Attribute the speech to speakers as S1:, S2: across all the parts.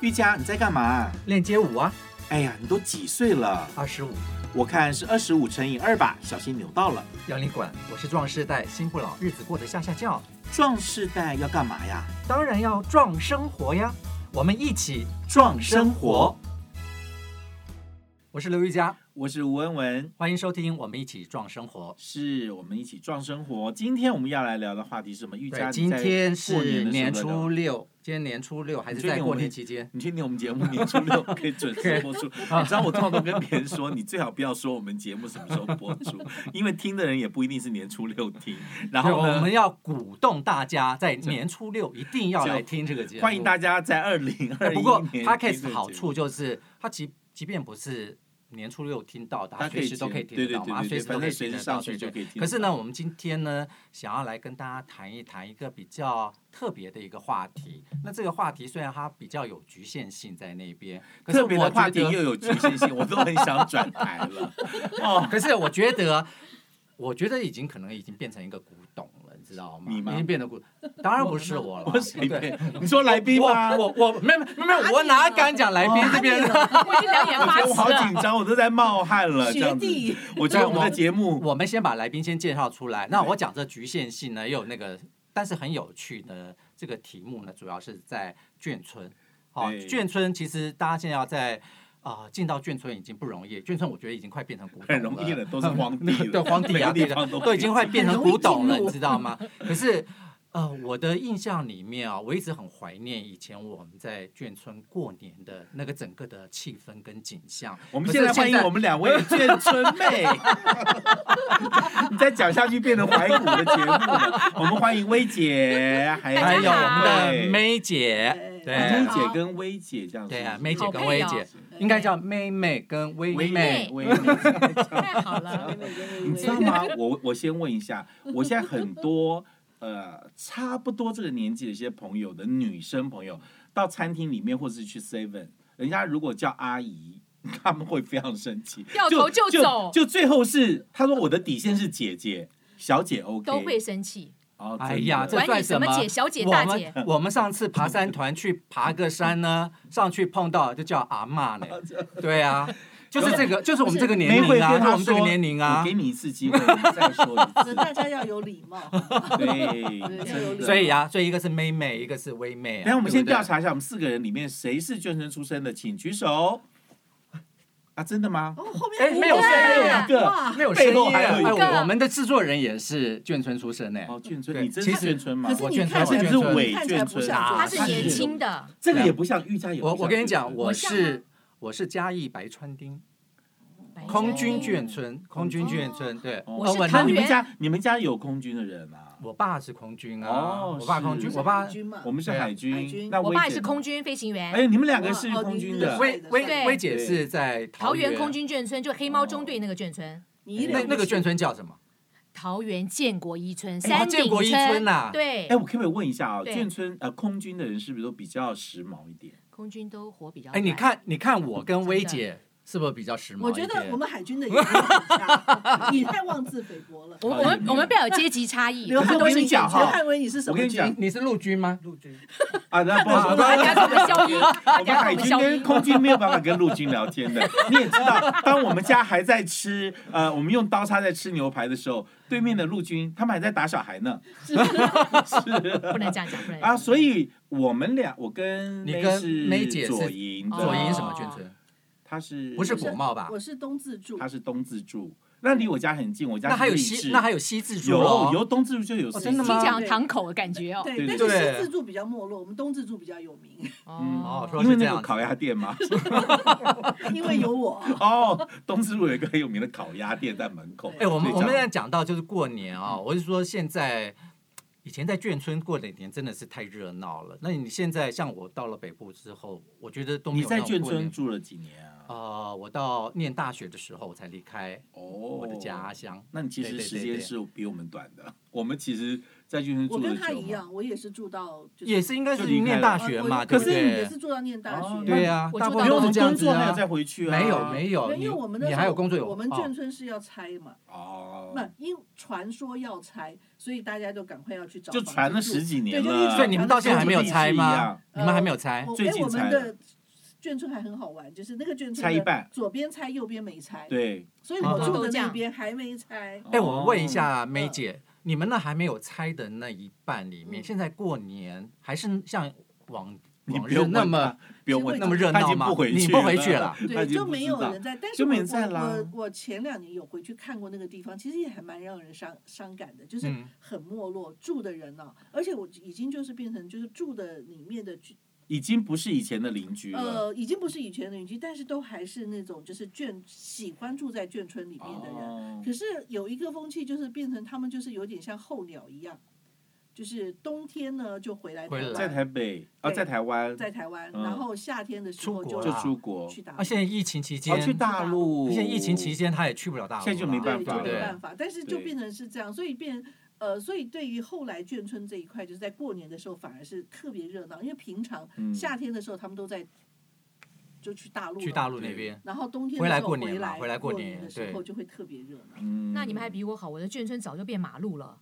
S1: 瑜伽，你在干嘛？
S2: 练街舞啊，
S1: 哎呀，你都几岁了？
S2: 二十五，
S1: 我看是二十五乘以二吧，小心扭到了。
S2: 要你管！我是壮世代，心不老，日子过得下下叫，
S1: 壮世代要干嘛呀？
S2: 当然要壮生活呀。我们一起，
S1: 壮生活。
S2: 我是刘瑜佳，
S1: 我是吴文文，
S2: 欢迎收听《我们一起壮生活》。
S1: 是我们一起壮生活。今天我们要来聊的话题是什么？瑜伽。
S2: 对，今天
S1: 你在过年的
S2: 是
S1: 时候
S2: 年
S1: 聊，
S2: 初六，今天年初六还是
S1: 你确定
S2: 在
S1: 我
S2: 过
S1: 们
S2: 年期间？
S1: 你确定我们节目年初六可以准时播 出？你知道我通常都跟别人说，你最好不要说我们节目什么时候播 出，因为听的人也不一定是年初六听。然
S2: 对，
S1: 后
S2: 我
S1: 呢，
S2: 们要鼓动大家在年初六一定要来听这个节目。
S1: 欢迎大家在二零 二
S2: 哎
S1: 一
S2: 不过
S1: 年。
S2: podcast 好处就是，它即即便不是年初六听到的，它
S1: 它可以
S2: 随时都可以
S1: 听
S2: 听得到
S1: 对对
S2: 嘛，它
S1: 对对
S2: 随时都
S1: 反
S2: 可以
S1: 正随
S2: 听得
S1: 时
S2: 到。
S1: 上去
S2: 对
S1: 就可以
S2: 对
S1: 听得
S2: 可是呢，
S1: 到
S2: 我们今天呢，想要来跟大家谈一谈一个比较特别的一个话题。那这个话题虽然它比较有局限性在那边，可是
S1: 特别
S2: 我
S1: 的话
S2: 觉
S1: 题又
S2: 得，
S1: 有局限性，我都很想转台了。哦，
S2: 可是我觉得。我觉得已经可能已经变成一个古董了，你知道吗？
S1: 你吗
S2: 已经变得古，当然不是我了。
S1: 我谁
S2: 哦对
S1: 被？你说来宾吗？
S2: 我我我没有没有没有，我哪敢讲来宾这边 呢？
S3: 我已经两眼
S1: 我
S3: 发
S1: 觉得我
S2: 啊
S1: 好
S3: 直
S1: 紧
S3: 了。
S1: 张，我都在冒汗了。这
S3: 学
S1: 样 子，
S3: 弟，
S1: 我觉得我们的节目
S2: 我们先把来宾先介绍出来。那
S1: 对
S2: 我讲这局限性呢，也有那个，但是很有趣的这个题目呢，主要是在眷村。好、
S1: 对
S2: 眷村其实大家现在要在啊、呃进到眷村已经不容易，眷村我觉得已经快变成古董
S1: 很容易了，都是荒地了，
S2: 对荒地啊，
S1: 每个
S2: 对
S1: 地
S2: 的
S1: 方都，
S2: 都已经快变成古董了，
S3: 很容易进入
S2: 你知道吗？ 可是，呃，我的印象里面啊，我一直很怀念以前我们在眷村过年的那个整个的气氛跟景象。
S1: 我们
S2: 可
S1: 现
S2: 是
S1: 在欢迎我们两位眷村 妹。你再讲下去变成怀古的节目 了。我们欢迎薇姐，还有
S2: 还有我们
S1: 哎对
S2: 的梅姐，对
S3: 哎大
S1: 梅
S3: 家好
S1: 姐跟薇姐这样子。
S2: 对啊，梅姐
S3: 好
S2: 跟
S3: 配
S2: 薇
S3: 哦
S2: 姐应该叫妹妹跟薇
S1: 薇妹，
S2: 妹
S1: 薇妹。
S3: 太好了，
S1: 你知道吗？我 我先问一下，我现在很多呃差不多这个年纪的一些朋友的女生朋友，到餐厅里面或是去 Seven，人家如果叫阿姨。他们会非常生气，
S3: 掉头就走
S1: 就最后是他说我的底线是姐姐，小姐 OK，
S3: 都会生气，
S1: 哦，
S2: 哎
S1: 真的
S2: 呀，这
S3: 管
S2: 算
S3: 你什么姐小姐
S2: 我
S3: 大姐
S2: 们我们上次爬山团去爬个山呢，上去碰到就叫阿嬷呢，对啊，就是这个，就是我们这个年
S1: 没会
S2: 龄啊，
S1: 跟
S2: 就是
S1: 他
S2: 我们这个
S1: 说
S2: 年龄啊
S1: 我给，你一次机会，你再说一次，
S4: 大家要有礼貌。
S1: 对，真的。
S2: 所以啊，所以一个是妹妹，一个是微妹
S1: 等
S2: 啊。
S1: 一下我们
S2: 对
S1: 先
S2: 不对
S1: 调，查一下，我们四个人里面谁是眷村出身的，请举手。啊，真的吗？
S4: 哦，后
S2: 哎
S4: 面
S2: 没有
S4: 五个
S2: 声音
S4: 哎
S1: 还有
S3: 啊
S1: 一个
S4: 哇，
S2: 没有
S1: 背
S2: 声
S1: 后
S2: 音
S1: 还有
S2: 哎
S1: 一个
S2: 我我们的制作人也是眷村出身呢，
S1: 哦，眷村，
S2: 对
S1: 你真是
S2: 其实
S1: 眷村吗
S4: 可？是
S2: 我
S4: 你
S2: 眷村
S4: 看
S2: 我
S4: 起来
S2: 眷
S1: 是
S2: 村
S1: 伪
S4: 看起来
S1: 眷
S4: 不
S1: 村，
S4: 像
S5: 啊
S4: 眷村，
S3: 她是年轻的，
S1: 这个也不像瑜伽，也不
S2: 我
S1: 像
S2: 我跟你讲，
S1: 眷村
S2: 我
S3: 我像
S2: 是
S3: 吗
S2: 我是嘉义白川町
S3: 白
S2: 空军
S3: 天
S2: 眷村，空军眷村对，
S3: 哦我是
S2: 文
S1: 那
S3: 桃
S1: 你
S3: 园
S1: 们家你们家有空军的人啊？
S2: 我爸是空军啊，
S1: 哦
S2: 我爸空
S1: 是
S2: 军，
S1: 是
S2: 我爸
S1: 我们是海
S4: 海
S1: 军，
S4: 军
S1: 那
S3: 我
S1: 薇
S3: 爸
S1: 姐
S3: 也是
S1: 呢
S3: 空。军飞行员，
S1: 哎，你们两个是空军的
S4: 哦，
S2: 薇薇
S3: 对
S2: 薇姐是在
S3: 桃园
S2: 园
S3: 空，军眷村就黑猫中队那个眷村，
S4: 你
S2: 那那个眷村叫什么？
S3: 桃园建国一村
S2: 哎
S3: 山
S2: 建
S3: 顶
S2: 国一村啊呐，
S3: 对
S1: 哎，，我可不可以问一下啊？
S3: 对
S1: 眷村呃，空军的人是不是都比较时髦一点？
S3: 空军都活比较
S2: 哎，你
S3: 短，
S2: 看你看我跟薇姐是不是比较时髦
S4: 我
S2: 一
S4: 觉
S2: 点？
S4: 得我们海军的也很像，你太妄自菲 薄了。
S3: 我们我们我们不要有阶级差异，
S1: 刘
S3: 我们
S1: 汉
S3: 都
S1: 伟
S3: 是
S1: 你讲
S4: 刘
S1: 哈
S4: 汉伟，你是什
S1: 我跟
S4: 么
S1: 你讲
S4: 军？
S2: 你是陆军吗？
S4: 陆军。
S1: 啊，那不好意思，
S3: 大家怎么消音？
S1: 我
S3: 大
S1: 们
S3: 家
S1: 海
S3: 怎么
S1: 军
S3: 消
S1: 跟
S3: 音？
S1: 空军没有办法跟陆军聊天的。你也知道，当我们家还在吃呃，我们用刀叉在吃牛排的时候，对面的陆军他们还在打小孩呢。 是
S3: 不能这样讲，不能这样
S1: 啊，所以我们俩，我跟
S2: 你
S1: 妹
S2: 跟
S1: 是
S2: 妹姐是
S1: 左营的，
S3: 哦
S2: 左营什么眷村？
S1: 他是
S2: 不是国贸吧？
S4: 我是东自助
S1: 他，是东自助，那离我家很近，我家
S2: 那还
S1: 是
S2: 有
S1: 立
S2: 西，
S1: 志
S2: 那还有西自助
S1: 有
S2: 哦
S1: 有东自助就有
S2: 哦
S1: 西
S2: 真的
S1: 自
S2: 吗
S3: 听起来好像堂口的感觉哦。
S4: 对，
S1: 对
S4: 但
S2: 对
S4: 是
S2: 对
S4: 西自助比较没落，我们东自助比较有名，
S2: 哦
S1: 助
S2: 说
S1: 因为
S2: 是
S1: 那
S2: 这样
S1: 个
S2: 子
S1: 烤鸭店嘛，
S4: 因为有我。
S1: 哦，东自助有一个很有名的烤鸭店在门口。
S2: 哎、我
S1: 所
S2: 们
S1: 以
S2: 我
S1: 这
S2: 们现
S1: 样
S2: 在讲到就是过年啊、我是说现在以前在眷村过的年真的是太热闹了。那你现在像我到了北部之后，我觉得都没
S1: 你
S2: 有那
S1: 在
S2: 种
S1: 眷
S2: 过
S1: 村
S2: 年。
S1: 住了几年啊？
S2: 呃，我到念大学的时候我才离开
S1: 哦，
S2: 我
S1: 我
S2: 的家乡。
S1: 那你其
S2: 对
S1: 实
S2: 对
S1: 时
S2: 对
S1: 间
S2: 对
S1: 是比我们短的。我们其实在眷村
S4: 我
S1: 住的
S4: 跟
S1: 久
S4: 他一
S1: 嘛
S4: 样，我也是住到，就
S2: 也是应该是
S1: 就离开
S2: 念
S1: 了
S2: 大学嘛，
S4: 我
S2: 对
S1: 可是
S2: 不
S4: 我
S2: 对
S4: 也是？住到念大
S1: 哦
S4: 学，
S2: 对呀、
S3: 我
S2: 大
S3: 知
S2: 部
S3: 道
S1: 因为
S2: 分都
S1: 我
S2: 是
S1: 们
S2: 这样
S1: 工
S2: 子
S1: 作还有
S2: 啊。
S1: 再回去啊，
S2: 没有没有，
S4: 因
S2: 你
S4: 为我们那
S2: 你
S4: 时
S2: 还
S4: 候
S2: 有工作有
S4: 我们
S2: 哦
S4: 眷村是要拆嘛，
S1: 哦，
S4: 那因传说要拆，所以大家就赶快要去找
S1: 就
S4: 房子
S1: 传了
S4: 住
S1: 十几年
S4: 对就一直
S1: 了，
S2: 所以你们到现在还没有拆
S1: 一
S2: 吗
S1: 样？
S2: 你们还没有拆
S4: 我
S1: 最
S4: 哎
S1: 近
S4: 我
S1: 拆
S4: 们
S1: 的
S4: 的眷村还很好玩，就是那个眷村
S1: 拆一半，
S4: 左边拆右边没拆，，
S1: 对，
S4: 所以我
S2: 啊
S4: 住
S3: 都
S4: 的
S3: 这
S4: 那
S3: 样
S4: 边还没拆。
S2: 哎，我问一
S1: 哦，
S2: 下 May 姐，你们那还没有拆的那一半里面，
S4: 嗯
S2: 现在过年还是像往
S1: 你
S2: 往
S1: 不
S2: 日
S1: 用
S2: 那
S1: 问
S2: 么
S1: 不用问
S4: 他
S2: 那么热闹吗？
S1: 他已经
S2: 你
S1: 不
S2: 不
S1: 回
S2: 回
S1: 去
S2: 去
S1: 了
S2: 了，
S1: 他
S4: 对，
S1: 已经
S4: 就
S1: 不
S4: 没
S1: 知
S4: 有
S1: 道
S4: 人在，但是
S1: 就
S4: 我
S1: 没人在啦
S4: 我我我前两年有回去看过那个地方，其实也还蛮让人伤伤感的，就是
S2: 嗯
S4: 很没落，住的人呢、而且我已经就是变成就是住的里面的居
S1: 已经不是以前的邻居了。
S4: 呃，已经不是以前的邻居，但是都还是那种就是眷喜欢住在眷村里面的人。
S1: 哦
S4: 可是有一个风气，就是变成他们就是有点像候鸟一样，就是冬天呢就回来
S2: 回
S4: 台湾
S1: 在
S2: 来
S1: 台北啊，
S4: 对
S1: 在台湾
S4: 在台湾，
S1: 嗯
S4: 然后夏天的时
S2: 出
S4: 候
S2: 国
S4: 就
S1: 就
S2: 啦
S1: 出国，
S4: 去打
S2: 啊，现在疫情期
S1: 哦，
S2: 间，
S1: 去
S2: 现
S1: 大陆。
S2: 在疫情期间他也去不了大陆了，啊
S1: 现在就没办
S4: 对，
S1: 法
S4: 就
S1: 了
S4: 没
S2: 对
S4: 办法。但是就
S1: 对
S4: 变成是这样，所以变呃，所以对于后来眷村这一块，就是在过年的时候反而是特别热闹，因为平常
S1: 嗯
S4: 夏天的时候他们都在就去大陆，
S2: 去大陆那边。
S4: 然后冬天
S2: 回
S4: 的
S2: 来
S4: 时候
S2: 过
S4: 回
S2: 年嘛
S4: 来
S2: 回来过
S4: 过
S2: 年
S4: 的时
S2: 对
S4: 候就会特别热闹。
S1: 嗯
S5: 那你们还比我好，我的眷村早就变马路了，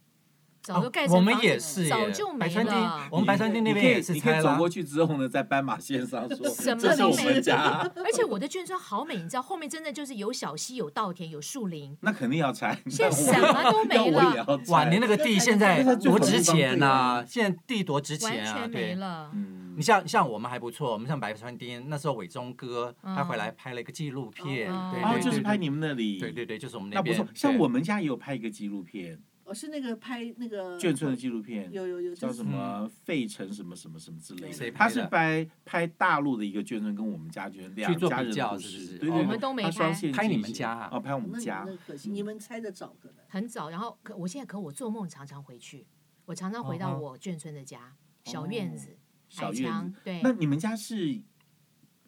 S5: 早就
S2: 哦
S5: 盖成
S2: 我们
S5: 房子
S2: 也是耶，
S5: 早就
S2: 白
S5: 没
S2: 川町
S5: 了，
S2: 我们白川町那边也是
S1: 你可以你
S2: 拆
S1: 可以走
S2: 了啊
S1: 过。去之后呢，在斑马线上说，
S5: 什么
S1: 这是
S5: 都
S1: 我
S5: 没
S1: 们
S5: 有
S1: 家，
S5: 而且我的眷村好美，你知道，后面真的就是有小溪、有稻田、有树林，
S1: 那肯定要 拆。
S5: 现在什么都
S1: 那我要
S5: 没
S1: 我也
S5: 了，
S1: 要拆
S2: 哇，您那个地现在多值钱呐、
S1: 啊
S2: 现在地多值
S5: 完
S2: 钱啊！
S5: 全没
S2: 对，
S5: 了。
S1: 嗯
S2: 你像像我们还不错，我们像白川町那时候伟忠哥
S5: 嗯
S2: 他回来拍了一个纪录片，
S5: 哦
S2: 对
S1: 哦，
S2: 对对
S1: 就是拍
S2: 对
S1: 你们那里，
S2: 对对对，就是我们
S1: 那不
S2: 边
S1: 错。。像我们家也有拍一个纪录片，
S4: 我哦是那个拍那个
S1: 眷村的纪录片，
S4: 有有有，就
S1: 叫
S4: 是
S1: 什么费城什么什么什么之类
S2: 嗯谁
S1: 的。
S2: 拍
S1: 他是
S2: 的
S1: 拍拍大陆的一个眷村跟我们家眷两
S2: 做
S1: 家
S2: 比
S1: 人的
S2: 较
S1: 故
S2: 是
S1: 事，
S2: 不是
S1: 对对
S2: 哦
S1: 对，
S2: 我
S5: 们都没
S1: 他双
S5: 拍
S1: 线
S2: 拍
S1: 进
S2: 你们
S1: 行
S2: 家啊
S1: 哦，拍我
S4: 那
S1: 们
S4: 你
S1: 家
S4: 那，可惜，你们猜得早可能。
S5: 很早，然后可我现在可我做梦常常回去，我常常回
S2: 哦
S5: 到
S2: 哦哦
S5: 我眷村的家小院子、
S1: 小
S5: 矮
S1: 院
S5: 墙
S1: 子。，
S5: 对，
S1: 那你们家是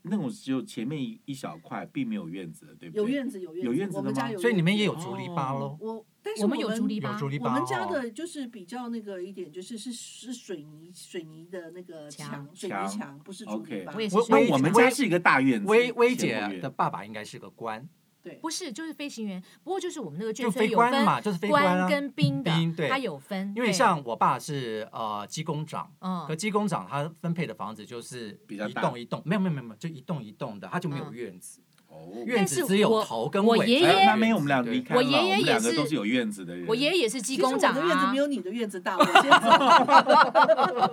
S1: 那种只有前面一一小块，并没有院子的，对嗯不对？
S4: 有院子，有院
S1: 有院子
S4: 我们
S1: 的吗
S4: 家有院子，
S2: 所以你们也有竹篱笆喽，
S4: 我，但是
S5: 我
S4: 我
S5: 们有哦竹篱
S2: 有
S5: 笆
S2: 竹篱笆、
S4: 我
S2: 哦。
S4: 们家的就是比较那个一点，就是是是水泥水泥的那个
S5: 墙
S4: 墙，水泥墙不是竹篱
S1: OK
S5: 我也
S4: 笆。
S5: 是
S2: 我
S5: 睡
S1: 那
S5: 着
S1: 我们
S5: 了
S1: 家是一个大院子，
S2: 薇薇
S1: 前后
S2: 姐
S1: 院
S2: 的爸爸应该是个官，
S4: 对，
S5: 不是就是飞行员，不过就是我们那个眷
S2: 就
S5: 村
S2: 非
S5: 有
S2: 官
S5: 分
S2: 嘛，就是非官
S5: 官
S2: 啊。
S5: 跟兵的
S2: 兵，对
S5: 它有分，
S2: 因为
S5: 对
S2: 像我爸是呃机工长，
S5: 嗯
S2: 可。机工长他分配的房子就是
S1: 比较
S2: 一
S1: 大
S2: 栋一栋，没有没有没有没有，就一栋一栋的，他就没有
S5: 嗯
S2: 院子，
S1: 哦。
S2: 院
S5: 但
S2: 子
S5: 是
S2: 只有
S5: 我
S2: 头跟
S5: 我
S2: 尾才
S5: 爷
S2: 有
S5: 爷
S2: 院子。
S1: 哎那没有，我们两个
S2: 对
S1: 离开了。
S5: 我爷爷
S1: 们两
S5: 也
S1: 个
S5: 是
S1: 都是有院子的人。
S5: 我爷爷也是鸡
S4: 其实
S5: 公
S4: 我
S5: 长
S4: 的院子
S5: 啊
S4: 没，有你的院子大，我先走。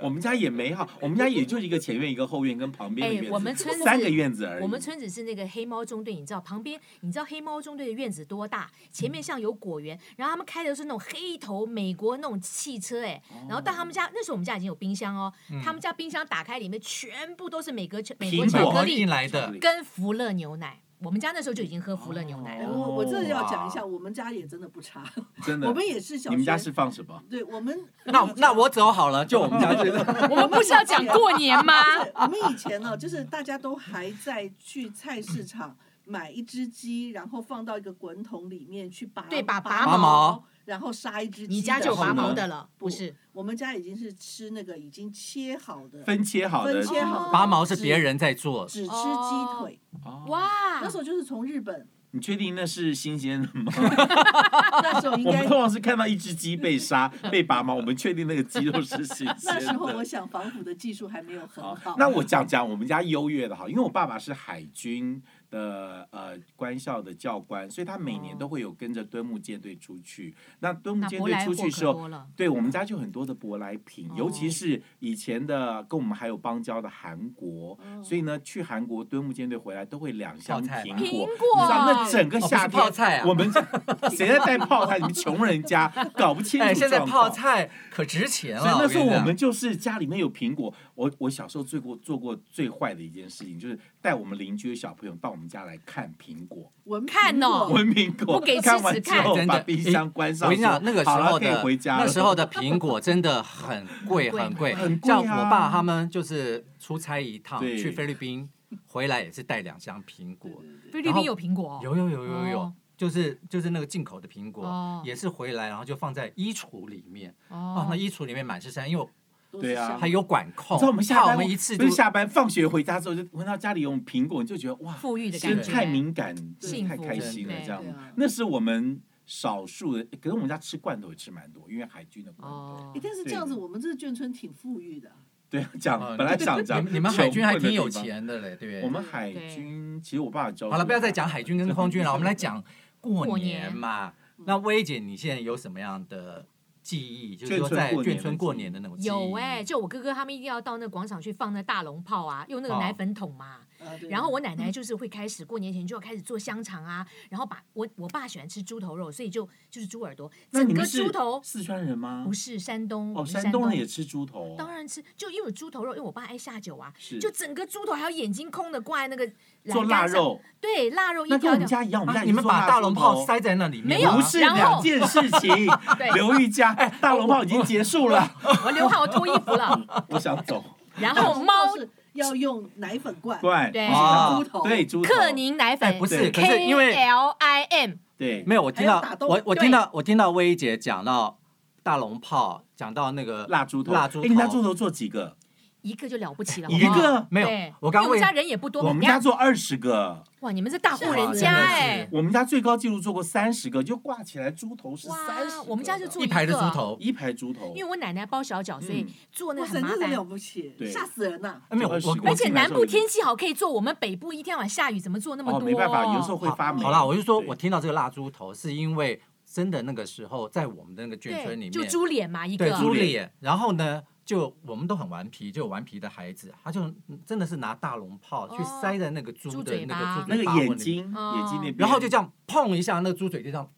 S1: 我们家也没哈，我们家也就是一个前院、一个后院跟旁边的
S5: 哎
S1: 院子，
S5: 我们村子
S1: 三个院子而已。
S5: 我们村子是那个黑猫中队，你知道旁边，你知道黑猫中队的院子多大？前面像有果园，然后他们开的是那种黑头美国那种汽车、哎、然后到他们家，那时候我们家已经有冰箱哦，他们家冰箱打开里面全部都是美国美国
S1: 苹
S5: 巧
S1: 果
S5: 克
S2: 我
S5: 力
S2: 进来的
S1: 对
S5: 跟福乐牛奶，我们家那时候就已经喝福乐牛奶了。
S4: 哦我我这要讲一下，我们家也真的不差，
S1: 哦真的，
S4: 我们也是小学。
S1: 你们家是放什么？
S4: 对，我们
S2: 那那我走好了，就我
S1: 嗯
S2: 们家这个
S5: 我们不是要讲过年吗？
S4: 我们以前呢，就是大家都还在去菜市场买一只鸡，然后放到一个滚筒里面去拔
S5: 对拔
S4: 拔
S2: 拔毛，
S4: 然后杀一只鸡的。
S5: 你家就有拔毛的了，
S4: 不
S5: 不是？
S4: 我们家已经是吃那个已经切好的，
S1: 分切好的，
S4: 分切
S5: 哦
S4: 好的
S2: 拔毛是别人在做，
S4: 只吃鸡腿。
S1: 哦，
S5: 哇，
S4: 那时候就是从日本，
S1: 你确定那是新鲜的吗？
S5: 哦
S4: 那时候应
S1: 我
S4: 该
S1: 们通常是看到一只鸡被 杀、被拔毛，我们确定那个鸡肉是新鲜的。
S4: 那时候我想防腐的技术还没有很
S1: 好
S4: 好。
S1: 那我讲讲我们家优越的哈，因为我爸爸是海军的呃官校的教官，所以他每年都会有跟着敦睦舰队出去。那敦睦
S5: 哦那
S1: 舰
S5: 舶
S1: 队
S5: 来
S1: 出
S5: 货
S1: 去
S5: 可
S1: 时候，
S5: 多了，
S1: 对我们家就很多的舶来品，尤其
S5: 哦
S1: 是以前的跟我们还有邦交的韩国，
S5: 哦
S1: 所以呢，去韩国敦睦舰队回来都会两箱
S2: 泡菜
S1: 苹
S2: 吧
S1: 果。
S5: 苹
S1: 你知道那
S5: 果。
S1: 整个
S2: 哦不
S1: 夏
S2: 是
S1: 天，
S2: 泡菜啊
S1: 我们 谁在带泡菜？你们穷人家搞不清楚
S2: 哎，
S1: 状况。
S2: 现在泡菜可值钱
S1: 所以
S2: 了。
S1: 那时候
S2: 跟你
S1: 我
S2: 讲
S1: 们就是家里面有苹果，我我小时候做过做过最坏的一件事情，就是带我们邻居的小朋友到我们家来看苹果，
S4: 闻
S5: 看哦
S4: 苹果
S1: 闻苹果，
S5: 不给吃
S1: 看完
S5: 吃
S1: 之
S5: 看
S1: 后
S2: 真的
S1: 把冰箱关上。
S2: 我跟你
S1: 说
S2: 讲，那个时
S1: 好了
S2: 候
S1: 可以
S2: 的
S1: 回家了。
S2: 那时候的苹果真的很 贵，
S5: 很
S2: 很
S5: 贵
S2: 贵
S1: 很。贵
S2: 像
S1: 啊
S2: 我爸他们就是出差一趟
S1: 对
S2: 去菲律宾，回来也是带两箱苹果。
S5: 菲律
S2: 然后
S5: 宾有苹果哦，
S2: 有有有有有
S5: 哦，
S2: 就是就是那个进口的苹果
S5: 哦，
S2: 也是回来然后就放在衣橱里面。哦
S5: 哦，
S2: 那衣橱里面满是山，因为
S4: 都是
S1: 对啊
S4: 香
S2: 我还有管控
S1: 你知道我们，下
S2: 怕
S1: 班
S2: 我们一次
S1: 不
S2: 就是
S1: 下班放学回家之后，就闻到家里有苹果，你就觉得哇，
S5: 富裕的
S1: 心
S5: 感觉，
S1: 太敏感，真
S5: 幸
S1: 的太
S5: 福
S1: 开心了
S5: 对
S1: 这样
S4: 对啊。
S1: 那是我们少数的，可是我们家吃罐头也吃蛮多，因为海军的罐头。
S5: 哦
S4: 哎诶，但是这样子，
S1: 对
S4: 我们这个眷村挺富裕的。
S1: 对啊，讲
S2: 哦
S1: 本来想讲
S2: 你们你们海军还挺有
S1: 穷困的
S2: 钱的嘞，
S1: 地
S2: 对
S1: 方。我
S2: 不对？
S1: 们海军其实我爸教
S2: 好了，不要再讲海军跟空军了，我们来讲过
S5: 过
S2: 年
S5: 年
S2: 嘛。那薇姐，你现在有什么样的记忆？就是
S1: 眷
S2: 说
S1: 村
S2: 在
S1: 过年
S2: 眷
S1: 的
S2: 村过
S1: 记忆
S2: 年的那种记忆。
S5: 有哎、就我哥哥他们一定要到那广场去放那大龙炮啊，用那个
S2: 哦
S5: 奶粉桶嘛。
S4: 啊对
S5: 然后我奶
S1: 嗯
S5: 奶就是会开始过年前就要开始做香肠啊，然后把我我爸喜欢吃猪头肉，所以就就是猪耳朵，
S1: 那
S5: 整
S1: 你
S5: 个
S1: 们是
S5: 猪头
S1: 四川人吗
S5: 不？是山东，我
S1: 哦，
S5: 们是
S1: 山东人也吃猪头哦。
S5: 当然吃，就因为有猪头肉，因为我爸爱下酒啊，
S1: 是
S5: 就整个猪头还有眼睛空的挂在那个栏
S1: 做腊
S5: 杆上，
S1: 肉，
S5: 对腊肉一
S1: 那跟我
S5: 条
S1: 们
S5: 条，
S1: 家一样，我们
S2: 啊
S1: 家也
S2: 你们
S1: 是做腊
S2: 把大
S1: 肉
S2: 龙
S1: 的
S2: 炮
S1: 哦
S2: 塞在那里面
S5: 没有啊
S2: 吗，
S1: 不是
S5: 然后
S1: 两件事情
S5: 对。
S1: 刘玉 佳，大龙炮已经结束了，
S5: 我流汗我脱衣服了，
S1: 我想走。
S5: 然
S4: 大
S5: 后
S4: 龙
S5: 猫
S4: 炮是要用奶粉罐，
S1: 对
S5: 对
S1: 啊
S4: 猪头
S1: 对猪头，
S5: 克宁奶
S2: 哎，
S5: 粉
S2: 不是，
S1: 对
S2: 可是因
S5: K
S2: 为
S5: L I M，
S1: 对，
S2: 没有，我听
S4: 还
S2: 到
S4: 有打斗
S2: 我我
S5: 对
S2: 听到我听到薇姐讲到大龙炮，讲到那个
S1: 腊猪头，
S2: 腊猪
S1: 哎，你家猪头做几个？
S5: 一个就了不起了，好
S1: 一
S5: 不好
S1: 个，
S2: 没
S5: 对
S2: 有，我刚
S5: 因为
S2: 问
S5: 我们家人也不多，
S1: 我们
S5: 你看
S1: 家做啊二十个，
S5: 哇，你们是大户
S2: 哇
S5: 人
S2: 真
S5: 家
S2: 的
S5: 哎
S2: 是，
S1: 我们家最高纪录做过三十个，就挂起来猪头是三十
S5: 哇，。我们家就做
S2: 一排的
S5: 个啊
S2: 猪头，
S1: 一排猪头，
S5: 因为我奶奶包小脚，所以
S1: 嗯
S5: 做那个
S4: 哇塞，
S5: 很麻
S4: 真是了
S5: 烦。
S4: 不起
S1: 对，
S4: 吓死人呐！
S2: 哎没有，我
S1: 20个
S2: 我
S5: 而且
S1: 进来
S5: 南
S1: 的时候
S5: 部
S1: 已经
S5: 天气好可以做，我们北部一天晚下雨，怎么做那么多？
S1: 哦，没办法，有时候会发霉。
S2: 好啦，我就说
S1: 对
S2: 我听到这个蜡烛头，是因为真的那个时候在我们的那个眷村里
S5: 对，
S2: 面，
S5: 就猪脸嘛一
S2: 对
S5: 个，
S2: 猪脸，然后呢，就我们都很顽皮，就有顽皮的孩子，他就嗯真的是拿大龙炮去
S5: 哦
S2: 塞在那个猪
S5: 猪
S2: 的
S5: 嘴
S2: 那个
S5: 巴
S2: 猪
S1: 那
S2: 嘴
S1: 个
S2: 巴
S1: 眼
S2: 缝里面，
S1: 睛，
S5: 哦
S1: 眼睛那边，
S2: 然后就这样碰一下，那个猪嘴就这样，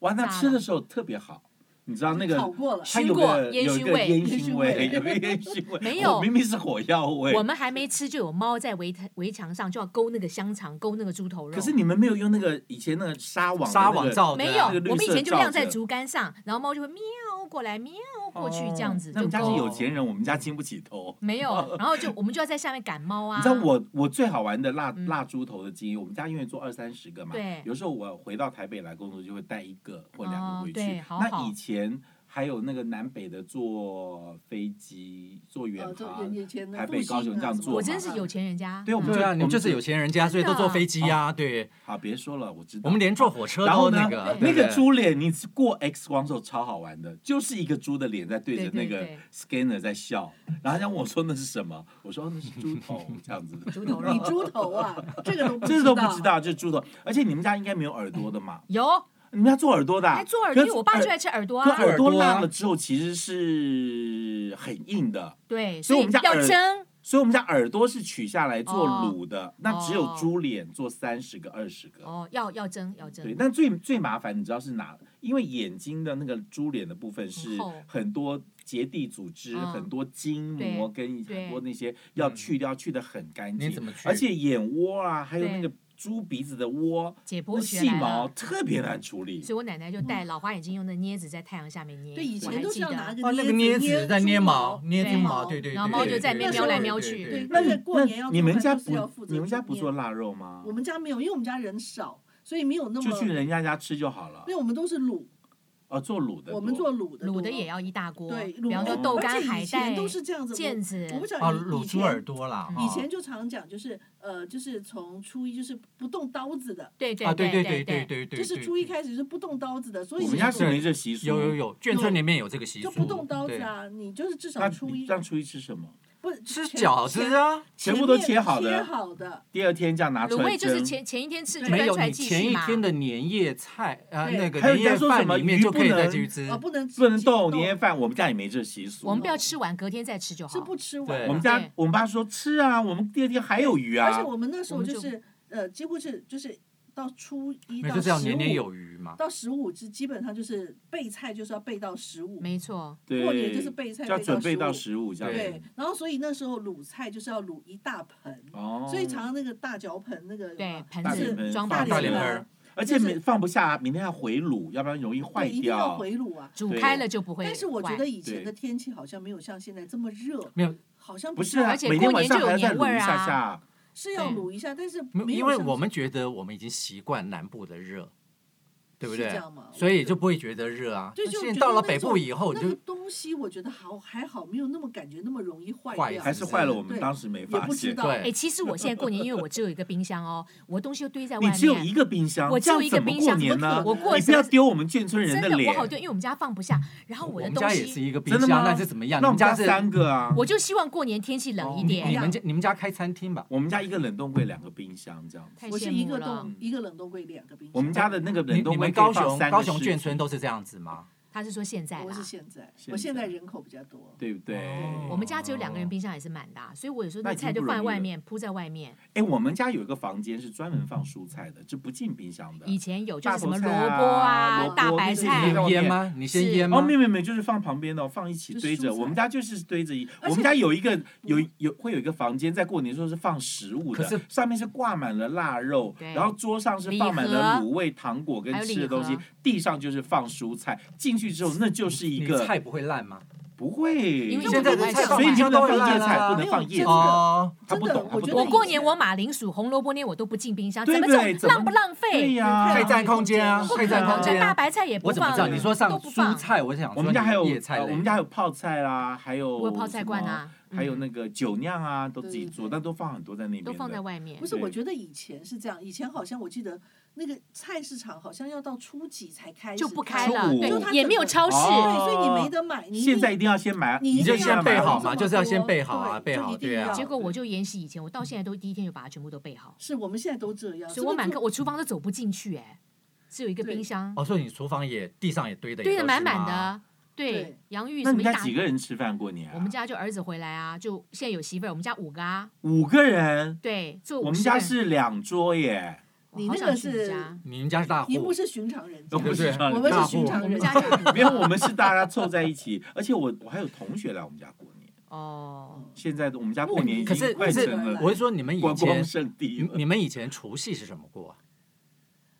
S1: 哇，那
S5: 炸
S1: 吃
S5: 了
S1: 的时候特别好，你知道那个
S4: 烤过了，
S1: 它有
S5: 熏过
S1: 个
S5: 烟
S1: 有一
S5: 熏
S1: 个
S5: 味
S1: 烟
S4: 烟
S1: 熏
S4: 熏
S1: 味，
S4: 味
S1: 有 个烟熏味，
S5: 没
S1: 哦
S5: 有
S1: 明明是火药味
S5: 我。们还没吃就有猫在围围墙上就要勾那个香肠，勾那个猪头肉。
S1: 可是你们没有用那个以前那个纱网的
S2: 纱
S1: 那
S2: 网
S1: 个
S2: 罩的
S5: 没有，
S2: 啊
S1: 那个绿
S5: 我们以
S1: 色
S5: 前就
S1: 罩
S5: 晾在
S1: 着
S5: 竹竿上，然后猫就会喵过来，喵过去这样子
S1: 哦那
S5: 就
S1: 我们家是
S5: 勾。
S1: 有钱人，我们家经不起偷。
S5: 没有，然后就我们就要在下面赶猫啊。
S1: 你知道我我最好玩的蜡
S5: 嗯
S1: 蜡猪头的经验，我们家因为做二三十个嘛，
S5: 对
S1: 有时候我回到台北来工作就会带一个或两
S5: 哦
S1: 个回去。
S5: 对好
S1: 那
S5: 好
S1: 以前还有那个南北的坐飞机、哦坐远
S4: 呃，就
S1: 航，
S4: 以前的
S1: 台北
S4: 复兴
S1: 高雄
S4: 啊
S1: 这样
S4: 什么
S1: 做
S5: 我
S1: 嘛
S5: 真是有钱人家。
S1: 对我们
S5: 嗯
S2: 对啊，
S1: 就
S2: 你们就是
S1: 就
S2: 有钱人家，所以都坐飞机呀、对，
S1: 好，别说了，我知道。
S2: 我们连坐火车
S1: 然后
S2: 都
S1: 呢
S2: 那个，对
S1: 那
S2: 不
S1: 个
S2: 对，
S1: 猪脸，你过 X 光时候超好玩的，就是一个猪的脸在对着
S5: 对
S1: 那
S5: 对
S1: 个 scanner 在笑，然后他问我说那是什么，我说哦那是猪头这样子，
S5: 猪头
S4: 你
S5: 肉
S4: 猪头啊，这个都不
S1: 这都不知。道，这是猪头，而且你们家应该没有耳朵的 嘛，
S5: 有，
S1: 你们家做耳朵的啊，
S5: 还哎做
S1: 可
S5: 耳朵，
S1: 是
S5: 因为我爸就爱吃耳朵
S1: 可
S5: 啊。
S1: 耳朵
S2: 耳朵啊
S1: 烂了之后其实是很硬的，
S5: 对，
S1: 所以我们家
S5: 要
S1: 耳
S5: 蒸。
S1: 所以我们家耳朵是取下来做
S5: 哦
S1: 卤的，那只有猪脸做三十个二十个。
S5: 哦，要要蒸要蒸
S1: 对，。但最最麻烦，你知道是哪？因为眼睛的那个猪脸的部分是
S5: 很厚
S1: 很多结缔组织、
S5: 嗯
S1: 很多筋膜跟
S5: 对
S1: 很多那些要去掉，去的很干净。
S2: 你怎么去
S1: 而且眼窝啊，还有那
S5: 对
S1: 个猪鼻子的窝，
S5: 解
S1: 那
S5: 剖学
S1: 细
S5: 来
S1: 毛嗯
S5: 了，
S1: 特别难处理。
S5: 所以我奶奶就戴老花眼镜，用的镊子在太阳下面捏。
S4: 对，以
S5: 我
S4: 前
S5: 还
S4: 都是
S5: 记
S4: 要
S5: 得
S4: 拿个
S2: 哦，那个镊子在捏毛，捏
S5: 对
S2: 猪毛，对对对，
S5: 然后猫就在那边
S2: 对
S4: 喵来
S5: 喵
S2: 对对
S5: 去
S2: 对
S4: 对，
S1: 那
S4: 但是过年要
S1: 那
S4: 做
S1: 你们
S4: 饭
S1: 家
S4: 就是要
S1: 不
S4: 负责
S1: 你们家
S4: 煮
S1: 不
S4: 面
S1: 做腊肉吗
S4: 我？们家没有，因为我们家人少，所以没有那么
S1: 就，去人家家吃就好了
S4: 因为。我们都是卤，
S1: 哦，做卤的多，
S4: 我们做卤的多，
S5: 卤的也要一大锅，
S4: 对，
S5: 比方
S4: 卤的
S1: 多
S5: 说豆
S4: 而
S5: 干、
S4: 且
S5: 海
S4: 以前
S5: 带、
S4: 都是这样子。
S5: 腱
S4: 我
S5: 子
S4: 我，不晓
S2: 啊，
S4: 得以
S2: 卤猪
S4: 前
S2: 耳朵啦，
S5: 嗯
S2: 哦
S4: 以前就常讲，就是呃，就是从初一就是不动刀子的，
S5: 对对
S2: 啊，对
S5: 对
S2: 对
S5: 对，
S2: 对对，
S4: 就是
S2: 对
S4: 初一开始是不动刀子的，所以
S1: 我
S4: 你
S1: 们家
S4: 就是
S1: 没这习俗。
S2: 有有有，眷村
S4: 有
S2: 里面有这个习俗，
S4: 就不动刀子
S2: 对，
S4: 啊，你就是至
S1: 那
S4: 少初一
S1: 让初一吃什么？
S4: 不是
S2: 吃
S4: 前
S2: 饺子
S4: 前
S2: 啊，
S1: 全
S4: 前
S1: 部都
S4: 面
S1: 切好的
S4: 切好的，呃
S1: 第二天这样拿出
S5: 卤
S1: 来
S5: 味就是
S1: 蒸
S5: 前前一天吃就
S2: 没
S5: 端
S2: 有
S5: 出来
S2: 你
S5: 继
S2: 前一
S5: 续嘛。
S2: 天的年夜菜，呃，
S4: 对
S2: 那个
S1: 还有人
S2: 年夜
S1: 家说什
S2: 饭
S1: 么
S2: 里面
S1: 鱼
S2: 就
S1: 不
S2: 可以
S1: 能
S2: 再继续吃
S4: 啊，，不能
S1: 嗯不能动
S4: 动
S1: 年夜，饭，我们家也没这习俗。
S5: 我们不要吃完，隔天再吃就好。
S4: 是不吃完
S2: 对
S4: 的。
S1: 我们家
S5: 对
S1: 我们爸说吃啊，我们第二天还有鱼啊
S4: 而。且我们那时候
S5: 我们
S4: 就
S5: 就是
S4: 呃，几乎是就是到初一
S2: 那
S4: 到
S2: 就是要
S4: 十
S2: 年
S4: 五，
S2: 年有余嘛。
S4: 到十五是基本上就是备菜就是要备到十五，
S5: 没错，
S1: 对，
S4: 过年就是备菜
S1: 就要准备到
S4: 15
S1: 十五这样
S4: 对
S1: 子。，
S4: 然后所以那时候卤菜就是要卤一大盆，
S1: 哦，
S4: 所以常常那个大脚盆那个
S5: 对，盆
S1: 大脸
S5: 子
S1: 盆
S5: 装
S1: 大
S5: 盘
S1: 脸
S2: 盆
S5: 子了，
S2: 儿
S4: 盆，
S1: 而且
S4: 就是
S1: 每放不下，明天要回卤，要不然容易坏
S4: 对，一定要
S1: 掉。
S4: 回卤啊。
S5: 煮
S1: 对
S5: 开了就不会坏。
S4: 但是我觉得以前
S1: 对
S4: 的天气好像没有像现在这么热，
S2: 没有，
S4: 好像
S1: 不是
S4: 像
S1: 啊
S5: 而，且
S1: 每天
S5: 过
S1: 晚
S5: 年
S1: 上
S5: 就有
S1: 还要再
S5: 年味
S1: 卤
S5: 儿
S1: 一下
S5: 啊
S1: 下。
S4: 是要
S5: 对
S4: 卤一下，但是
S2: 没有
S4: 没有
S2: 因为
S4: 像
S2: 我们觉得我们已经习惯南部的热，对不
S4: 是这
S2: 对
S4: 样吗？？
S2: 所以就不会觉得热啊。
S4: 对，
S2: 那
S4: 就
S2: 现在
S4: 觉得
S2: 到了
S4: 那
S2: 北部
S4: 种
S2: 以后，你
S4: 那个
S2: 就
S4: 东西我觉得好还好，没有那么感觉那么容易坏
S2: 坏
S4: 掉，
S1: 还是坏了我们
S4: 对
S1: 当时没
S4: 也
S1: 发
S4: 不知
S1: 现。
S4: 道。
S5: 哎、
S2: 对
S5: 其实我现在过年，因为我只有一个冰箱哦，我东西又堆在外
S1: 你
S5: 面。
S1: 只有一个冰箱，
S5: 我只有一
S1: 这
S5: 个
S1: 样怎么过年
S5: 冰箱，
S1: 呢？
S5: 我过
S1: 你不要
S5: 生
S1: 丢我们眷村人
S5: 真的
S1: 脸
S5: 我。好丢，因为我们家放不下。然
S4: 啊
S5: 后
S2: 我
S5: 的
S2: 们
S5: 东
S2: 家也是
S5: 西，
S2: 一个冰
S1: 真的
S2: 箱，
S1: 吗
S2: 那是怎么样？
S1: 那
S2: 你
S1: 我们
S2: 们家
S1: 家
S2: 是
S1: 三个啊，
S5: 我就希望过年天气
S1: 哦
S5: 冷一
S2: 你
S5: 点。
S2: 们家你们家开餐厅吧？
S1: 我们家一个冷冻柜，两个冰箱这样子。
S5: 太
S4: 我是
S5: 羡
S4: 一
S5: 慕
S4: 个
S5: 了
S4: 冻。一个冷冻柜，两个冰箱。
S1: 嗯我们家的那个
S2: 你
S1: 冷
S2: 你
S1: 冻
S2: 们
S1: 柜
S2: 高
S1: 可以放
S2: 雄
S1: 三个
S2: 高雄
S1: 食
S2: 眷
S1: 品
S2: 村都是这样子吗？
S5: 他是说现在
S4: 我
S5: 啦
S4: 是，现在，
S1: 现
S4: 我现
S1: 在
S4: 在人口比较多。
S1: 对不对？
S2: 哦
S5: 我们家只有两个人，冰箱也是满的啊、所以我有时候那
S1: 那已经
S5: 菜就
S1: 不
S5: 放在
S1: 容易
S5: 外
S1: 了
S5: 面，铺在外面。
S1: 哎，我们家有一个房间是专门放蔬菜的，就不进冰箱的。
S5: 以前有就
S1: 大
S5: 是什么
S1: 头
S5: 萝
S1: 菜啊
S5: 卜啊
S1: 萝、卜
S5: 大白
S1: 那些你
S5: 菜
S1: 在
S2: 你
S1: 外
S2: 腌
S1: 面
S2: 吗？你先
S5: 是
S2: 腌吗？
S1: 哦，没有没有没有，就是放旁边的哦，放一起
S4: 就是
S1: 堆着。
S4: 蔬菜
S1: 我们家就是堆着一，
S4: 而且
S1: 我们家有一个有有会有一个房间，在过年的时候是放食物
S2: 可
S1: 的
S2: 是，
S1: 上面是挂满了腊肉，
S5: 对
S1: 然后桌上是
S5: 礼
S1: 放满了
S5: 盒
S1: 卤味、糖果跟
S5: 还有
S1: 吃
S5: 礼
S1: 的东西
S5: 盒，
S1: 地上就是放蔬菜。进去之后，那就是一
S2: 你
S1: 个
S2: 菜不会烂吗？
S1: 不会，因
S5: 为
S2: 现在
S5: 我
S2: 的
S5: 们
S2: 菜
S5: 放
S1: 所以
S5: 满
S1: 你不
S2: 冰箱
S1: 能
S2: 都会
S1: 放叶
S2: 烂
S1: 菜，
S2: 啊
S1: 不能放叶
S4: 真
S1: 菜
S4: 的。
S2: 哦，
S1: 他不
S4: 真的
S1: 懂，他
S4: 我
S1: 不
S4: 觉得
S5: 我
S1: 懂
S4: 以。
S5: 过年
S4: 前
S5: 我马铃薯、红萝卜那些我都不进冰箱，
S1: 对
S5: 咱们
S1: 不
S5: 这
S1: 对怎
S5: 种
S1: 么
S5: 浪不浪
S1: 对
S5: 费？
S1: 呀、
S2: 太占空间啊，
S4: 不
S2: 太
S4: 可能
S2: 占空
S5: 这
S2: 间
S5: 大
S2: 啊。
S5: 白菜也不
S2: 我怎么
S5: 放，
S2: 知道？你说上
S5: 都不
S2: 蔬
S5: 放，
S2: 菜，我想
S1: 我们家
S2: 说
S1: 还有
S2: 叶菜
S1: 呃
S2: 类，
S1: 我们家还有泡菜啦，还有
S5: 我有泡菜罐
S1: 什
S5: 啊，
S1: 么，还有
S5: 嗯
S1: 那个酒酿啊，都自己做，
S4: 对对对
S1: 但都放很多在那边的。
S5: 都放在外面
S4: 不。是，我
S1: 对
S4: 觉得以前是这样，以前好像我记得那个菜市场好像要到初几才开始
S5: 就不开
S1: 初
S5: 了，
S1: 五就
S4: 它
S5: 对，也没有
S4: 整个
S5: 超市，
S1: 哦
S4: 对，所以你没得买，你一定
S1: 现在一定要先买，
S4: 你
S2: 啊你
S4: 一
S2: 就
S4: 定
S2: 先
S4: 要
S2: 备
S4: 买
S2: 好
S4: 这
S2: 嘛
S4: 么
S2: 就是要先
S4: 多
S2: 备好啊
S4: 对
S2: 备
S4: 就
S2: 好
S4: 一定
S2: 对啊
S1: 哦
S4: 要
S5: 结果我就沿袭以前，我到现在都第一天就把它全部都备好，
S4: 是我们现在都
S1: 哦
S4: 这样，
S5: 所以我
S4: 这个
S5: 满
S4: 就
S5: 个我厨房都走不进去，哎，只有一个
S4: 对
S5: 冰箱，
S2: 哦，所以你厨房也地上也堆的
S5: 堆得满满的，对
S4: 对，
S5: 洋芋
S1: 那
S5: 什
S1: 你们
S5: 么一
S1: 家
S5: 大
S1: 几个人吃饭过年、啊？
S5: 我们家就儿子回来啊，就现在有媳妇儿，我们家五个啊，
S1: 五个人，
S5: 对，做
S1: 我们家是两桌耶，
S4: 你那个是
S2: 你们家是大
S4: 您不
S2: 户，
S4: 是寻常人家
S1: 都，不
S2: 对
S1: 是
S2: 不
S1: 这样
S4: 我们
S2: 大
S4: 是
S2: 户
S4: 寻常
S5: 我们
S4: 人
S5: 家
S4: 家，
S5: 就五个
S1: 啊没有，我们是大家凑在一起，而且我我还有同学来我们家过年。
S4: 啊
S5: 哦，
S1: 现在的我们家过年已
S2: 可是
S1: 经快
S2: 可是
S1: 成了
S2: 我是说你们以
S1: 观光
S2: 前
S1: 圣地
S2: 你
S1: 了。
S2: 你们以前除夕是什么过啊？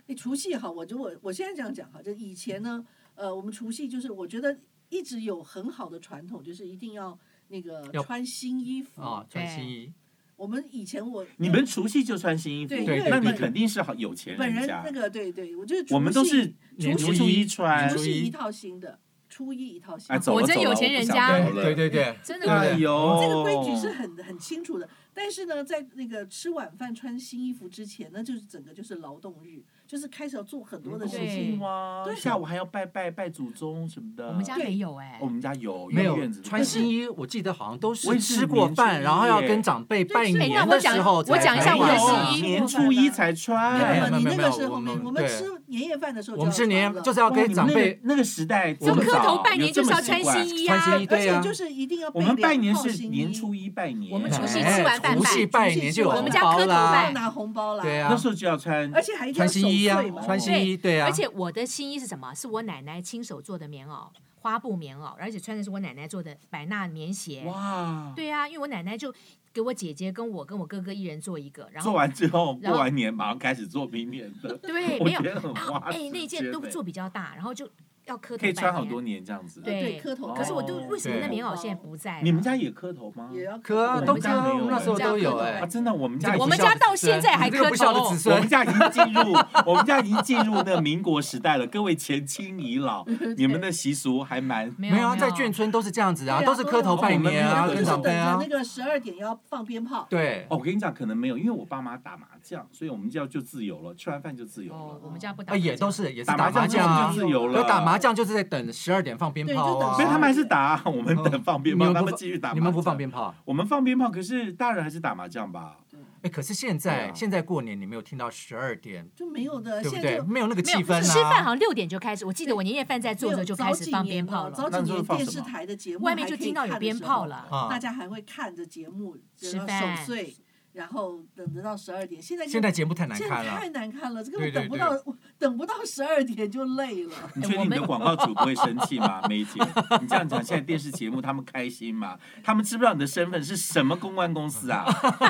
S4: 哎，除夕哈，我就我我现在这样讲哈，就以前呢，呃，我们除夕就是我觉得一直有很好的传统，就是一定要那个
S2: 要
S4: 穿新衣服。
S2: 啊，穿
S5: 对
S2: 新衣，
S4: 我们以前我
S1: 你们除夕就穿新衣服
S4: 对，
S2: 对
S1: 那
S2: 对
S1: 你
S2: 对
S1: 肯定是好有钱
S4: 呃本人
S1: 家
S4: 那。个对对，我就是
S1: 我们都
S4: 除夕
S1: 是
S2: 年
S1: 初
S2: 初
S1: 一
S2: 一
S1: 穿
S4: 除
S2: 初
S4: 夕
S2: 一
S4: 一套新的，初一一套新
S1: 哎，
S4: 的。
S1: 走了
S5: 我真
S1: 走了
S5: 有钱人家
S1: 我不想聊
S5: 对
S1: 了
S2: 对对，
S5: 真
S2: 对不
S5: 的
S2: 对
S1: 哎呦，
S4: 这个规矩是很很清楚的，但是呢，在那个吃晚饭穿新衣服之前，那就是整个就是劳动日，就是开始要做很多的事
S5: 对
S4: 情。
S1: 哇
S4: 嗯对
S1: 下午还要拜拜拜祖宗什么的。哦
S5: 我们家
S4: 对
S5: 没有哎
S1: 我，们家有
S2: 没有
S1: 院子
S2: 穿新衣，我记得好像都
S1: 我
S2: 是
S1: 也是
S2: 吃过
S1: 年初
S2: 饭，
S1: 一
S2: 然后要
S1: 耶
S2: 跟长辈拜
S4: 对是
S2: 年
S5: 那我
S2: 的
S5: 讲
S2: 时候才
S5: 我讲一下
S2: 开
S5: 我的
S2: 始
S5: 新
S2: 啊
S5: 衣
S1: 有哦年初一才穿。
S2: 没有
S4: 那么你
S2: 嗯哎没有没
S4: 那
S2: 有
S4: 个是
S2: 我
S4: 我们
S2: 们
S4: 我们
S2: 对
S4: 吃年夜饭的时候就
S2: 我
S4: 要
S2: 们是
S4: 穿
S2: 年
S4: 了
S2: 就是要
S1: 哇
S2: 跟
S1: 你
S2: 长
S1: 们那
S2: 辈
S1: 个那个时代，
S5: 就
S1: 我们
S5: 磕头
S1: 早
S5: 拜年
S1: 有这
S5: 就是
S1: 么
S5: 要穿
S1: 习惯
S5: 新衣
S2: 穿
S5: 啊
S2: 新，衣，
S4: 而
S2: 对
S4: 且
S2: 啊，
S4: 就是一定要
S1: 我
S4: 备
S1: 们
S4: 两
S1: 拜年
S4: 套
S1: 是
S4: 新
S1: 年
S4: 衣
S1: 初一拜年，
S5: 我们除夕
S2: 哎
S5: 吃完饭
S2: 除
S5: 拜
S2: 夕拜年就有
S5: 我们家
S2: 红包
S5: 磕头
S4: 要
S5: 拜
S2: 啦，
S4: 拿红包啦，
S2: 对
S4: 呀，
S2: 啊
S1: 那，时候就要穿
S4: 而且还一定要
S2: 穿新衣
S4: 守
S2: 啊
S4: 岁嘛，
S2: 穿新衣，对啊，
S5: 而且我的新衣是什么？是我奶奶亲手做的棉袄，花布棉袄，而且穿的是我奶奶做的百纳棉鞋。
S1: 哇。
S5: 对啊，因为我奶奶就给我姐姐跟我跟我哥哥一人做一个，然
S1: 做
S5: 后
S1: 完之后，
S5: 然
S1: 过
S5: 后
S1: 完年马上开始做明年的，
S5: 对，
S1: 我
S5: 没有
S1: 觉，得很
S5: 然后
S1: 花时
S5: 哎
S1: 间。
S5: 那件都做，比较大，然后就要磕头
S1: 可以
S5: 拜
S1: 穿好
S5: 年
S1: 多年这样子。
S5: 对
S4: 对，磕头。
S5: 可是我都
S1: 哦
S5: 为什么那
S2: 对
S5: 棉袄现在不在了？
S1: 你们家也磕头吗？
S4: 也要
S2: 磕啊，
S1: 我
S2: 都
S5: 们
S2: 磕
S5: 家
S2: 啊，
S1: 没有
S2: 我们那时候
S5: 我们家
S2: 都有
S4: 磕头
S2: 哎
S1: 啊，，真的，我们家
S2: 你这个
S1: 已
S5: 我
S1: 经
S5: 们
S2: 不孝
S5: 家
S2: 的
S5: 到
S2: 子孙
S5: 现在
S2: 你
S5: 还
S2: 这个
S5: 磕
S2: 不孝的
S5: 头
S2: 子
S1: 我
S2: 孙
S1: 们，家已经进入， 我们家已经进入那民国时代了。各位前清遗 老，你们的习俗还蛮……
S5: 没
S2: 没有啊，在
S5: 眷
S2: 眷村都是这样子啊，
S4: 对啊
S2: 都是磕头拜年
S1: 然
S2: 啊，
S4: 然后
S1: 都
S4: 就
S2: 跟
S4: 是
S2: 长
S4: 等
S2: 辈
S4: 着
S2: 啊
S4: 那，个十二点要放鞭炮，
S2: 对，
S1: 哦，我跟你讲，可能没有，因为我爸妈打麻将，所以我们就要就自由了，吃完饭就自由
S5: 哦
S1: 了，。
S5: 我们家不打
S2: 啊
S5: 麻将，
S2: 也都是也是
S1: 打
S2: 打麻
S1: 麻
S2: 将
S1: 将
S2: 啊
S1: 就，自由
S2: 可
S1: 了，
S2: 打麻将就是在等十二点放鞭
S4: 对
S2: 炮
S4: 就等
S2: 啊，
S1: 所以他们还
S4: 12
S1: 是打，我们等放鞭
S2: 哦你
S1: 炮，
S2: 们不
S1: 他们
S2: 放
S1: 继续打麻将。
S2: 你们不放鞭炮啊？
S1: 我们放鞭炮，可是大人还是打麻将吧？
S2: 哎，可是现
S1: 对
S2: 在
S1: 啊
S2: 现在过年你没有听到十二点，
S4: 就没有的，
S2: 对
S4: 呃现
S2: 不
S4: 在
S2: 对？
S4: 就。
S2: 没有那个
S5: 没有
S2: 气氛啊，
S5: 吃饭好像六点就开始，我记得我年夜饭在
S4: 没
S5: 做
S4: 有
S5: 的时候就开始放鞭炮
S4: 早
S5: 了，
S4: 几
S1: 那时候
S4: 年
S1: 放
S4: 电
S1: 什
S4: 视
S1: 么
S4: 台的节目
S5: 外面
S4: 还
S5: 就
S4: 可以
S5: 听到有
S4: 看的
S5: 鞭
S4: 时
S5: 炮
S4: 候
S5: 了。
S2: 啊
S4: 大。家还会看着节目，
S5: 吃
S4: 然后
S5: 饭
S4: 守岁，然后等着到十二点。现在就
S2: 现在节目太难
S4: 现
S2: 看
S4: 在
S2: 了
S4: 太，难看了，这
S2: 对
S4: 个
S2: 对
S4: 等不
S2: 对
S4: 到等不到十二点就 累
S2: 哎
S4: 了。
S1: 你确定你的广告主不会生气吗，梅姐？你这样讲，现在电视节目他们开心吗？他们知不知道你的身份是什么公关公司啊？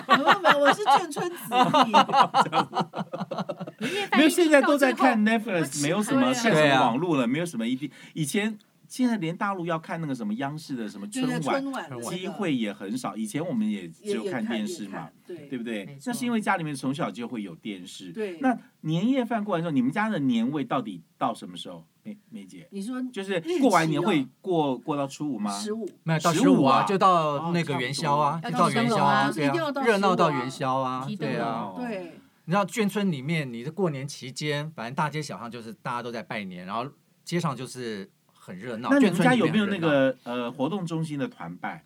S4: 没有没有，我是眷村子
S1: 没有，
S5: 年夜饭一听
S4: 弟，
S1: 现在
S5: 到
S1: 都在
S5: 最后
S1: 看 Netflix，没有什么
S4: 对啊
S1: 看什么网络了，没有什么一定。以前现在连大陆要看那个什么央视的什么
S4: 就在
S1: 春晚，
S4: 春晚的
S2: 春
S4: 那
S2: 晚
S4: 个
S1: 机会也很少。以前我们也只
S4: 也
S1: 有
S4: 也
S1: 看
S4: 看
S1: 电
S4: 也
S1: 视嘛
S4: 看，对
S1: 对不
S5: 没
S1: 对？
S5: 错
S1: 那是因为家里面从小就会有电视。
S4: 对
S1: 那年夜饭过完之后，你们家的年味到底到什么时候？梅梅姐，
S4: 你说
S1: 就是
S4: 日
S1: 过完
S4: 期
S1: 年
S4: 啊
S1: 会过过到初五吗？
S4: 十五，
S2: 没有到
S1: 15
S2: 十五啊，
S1: 啊
S2: 就到那个元宵啊，
S3: 哦差不
S2: 就
S3: 多要
S2: 到元宵对
S4: 到灯笼啊就是一定要到
S2: 啊，热闹
S4: 15啊
S2: 到元宵啊
S3: 提，灯
S2: 对啊
S1: 笼。
S4: 对，
S2: 你知道眷村里面，你的过年期间，反正大街小巷就是大家都在拜年，然后街上就是很热闹。
S1: 那你
S2: 眷
S1: 们
S2: 村
S1: 家
S2: 里
S1: 有
S2: 面
S1: 没有
S2: 很
S1: 那
S2: 热闹
S1: 个呃活动中心的团拜？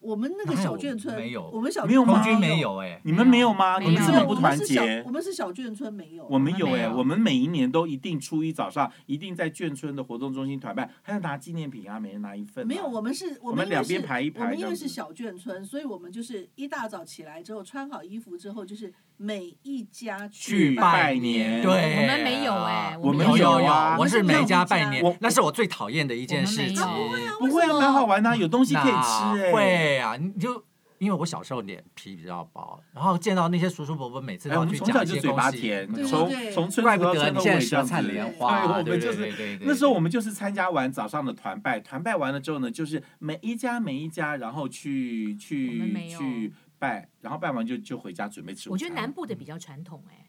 S4: 我们那个
S2: 哪有
S4: 小眷村
S2: 没有
S4: 我们小
S1: 没有
S4: 眷村
S1: 吗
S2: 空军没，有哎？
S1: 你们没有吗？
S3: 没
S1: 你
S3: 有
S1: 们
S4: 我
S1: 这
S4: 们
S1: 么
S4: 是
S1: 不团
S4: 小
S1: 结
S4: 我？们是小眷村没有，
S1: 我们有
S3: 我们
S1: 哎、
S3: 没有
S1: 我们每一年都一定初一早上一定在眷村的活动中心团拜，还要拿纪念品啊，每人拿一份、啊。
S4: 没有，我们是我
S1: 我们
S4: 们因为
S1: 两边
S4: 是
S1: 排一
S4: 我
S1: 排
S4: 们因
S1: 这样
S4: 为
S1: 子
S4: 是小眷村，所以我们就是一大早起来之后穿好衣服之后，就是每一家
S1: 去
S4: 拜。
S1: 拜年。
S2: 对，
S3: 我们没有哎
S1: 我们
S2: 有
S1: 有
S2: 有
S1: 啊
S2: 我是每家拜
S1: 我
S2: 年，那是我最讨厌的一件事情
S3: 我。们没有
S1: 不会啊，蛮好玩的啊、有东西可以
S2: 那
S1: 吃哎、
S2: 会啊，你就因为我小时候脸皮比较薄，然后见到那些叔叔伯伯，每次
S1: 哎，
S2: 都
S1: 我
S2: 要
S1: 们
S2: 去
S1: 从小
S2: 讲一
S1: 就
S2: 些
S1: 嘴
S2: 东
S1: 巴
S2: 西。
S1: 甜
S4: 对，
S1: 从
S4: 对对
S1: 从春
S2: 怪
S1: 头
S2: 不
S1: 到
S2: 得
S1: 春
S2: 你
S1: 头
S2: 现
S1: 尾
S2: 在
S1: 这
S2: 舌
S1: 样
S2: 灿
S1: 子。哎
S2: 莲花，啊
S1: 对我们
S2: 对
S1: 就是
S2: 对对对
S1: 那时候我们就是参加完早上的团拜，团拜完了之后呢，就是每一家每一家，然后去
S3: 我们
S1: 去
S3: 没有
S1: 去拜，然后拜完就就回家准备吃午
S5: 我觉
S1: 餐。
S5: 得南部的比较传统哎、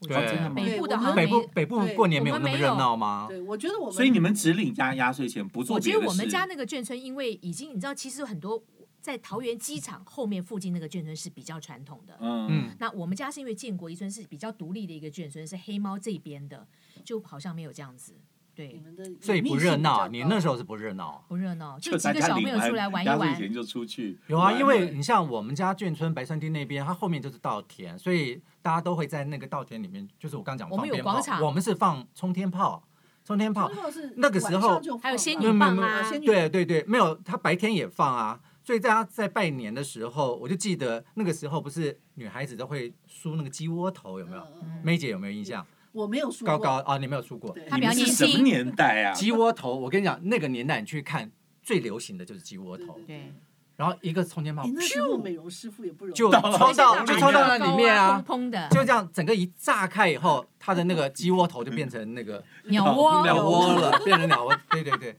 S5: 我
S2: 对
S5: 觉
S1: 哦真的
S5: 得
S1: 吗
S5: 北部的
S4: 对
S5: 好像
S2: 北
S5: 没
S2: 部北部过年没有那么热闹吗？
S4: 对，我觉得我们
S1: 所以你们只领家压岁钱，不做
S5: 我觉
S1: 别
S5: 得
S1: 的事。
S5: 我们家那个眷村，因为已经你知道，其实很多在桃园机场后面附近那个眷村是比较传统的。
S1: 嗯，
S2: 嗯，
S5: 那我们家是因为建国一村是比较独立的一个眷村，是黑猫这边的，就好像没有这样子，
S4: 你
S5: 对，
S4: 们的
S2: 所以不热闹。你那时
S4: 候
S2: 候是不热
S1: 嗯
S2: 闹。
S5: 不热闹，就几
S1: 大
S5: 个
S1: 家
S5: 小朋
S1: 领
S5: 友
S1: 完
S5: 出来玩一
S1: 压岁
S5: 玩。
S1: 钱就出去。
S2: 有啊，
S1: 玩
S2: 因为你像我们家眷村白山町那边，它后面就是稻田，所以大家都会在那个稻田里面，就是我刚讲
S5: 我们
S2: 放
S5: 有
S2: 鞭
S5: 广
S2: 炮
S5: 场
S2: 我们是放冲天炮，冲天炮，
S4: 是
S2: 那个时候
S4: 晚上就放
S5: 还有仙
S4: 了
S5: 女棒
S2: 没有
S5: 啊
S4: 仙，女
S2: 对对对，没有，他白天也放啊。所以大家在拜年的时候，我就记得那个时候不是女孩子都会梳那个鸡窝头，有没有？
S4: 嗯嗯嗯
S2: 梅姐有没有印象？
S4: 我没有梳
S2: 高
S4: 过
S2: 高，啊，你没有梳过
S4: 对
S3: 他
S1: 你
S3: 比较
S1: 们是
S3: 年
S1: 什么
S3: 轻，
S1: 年代啊？
S2: 鸡窝头。我跟你讲，那个年代你去看最流行的就是鸡窝头，
S4: 对
S3: 对，
S2: 然后一个冲天炮
S4: 诶，那时候美容师傅也不容易，
S2: 就冲到就冲到那里面啊，
S5: 砰 砰的
S2: 就这样整个一炸开以后，它的那个鸡窝头就变成那 个
S5: 鸟窝，
S2: 鸟窝了，变成鸟窝。对对对。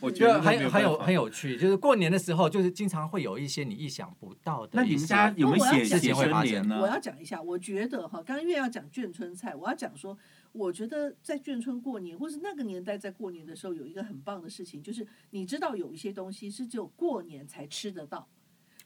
S1: 我觉
S2: 就
S1: 得
S2: 很有很有很
S1: 有。
S2: 有趣，就是过年的时候，就是经常会有一些你意想不到
S1: 那
S2: 的
S1: 你
S2: 一
S1: 们
S2: 些。
S1: 家有没有
S4: 我要
S1: 写
S4: 讲
S1: 写
S2: 我要
S1: 春
S2: 讲
S1: 联呢？
S4: 我要讲一下，我觉得哈，刚刚越要讲眷村菜，我要讲说，我觉得在眷村过年，或是那个年代在过年的时候，有一个很棒的事情，就是你知道有一些东西是只有过年才吃得到，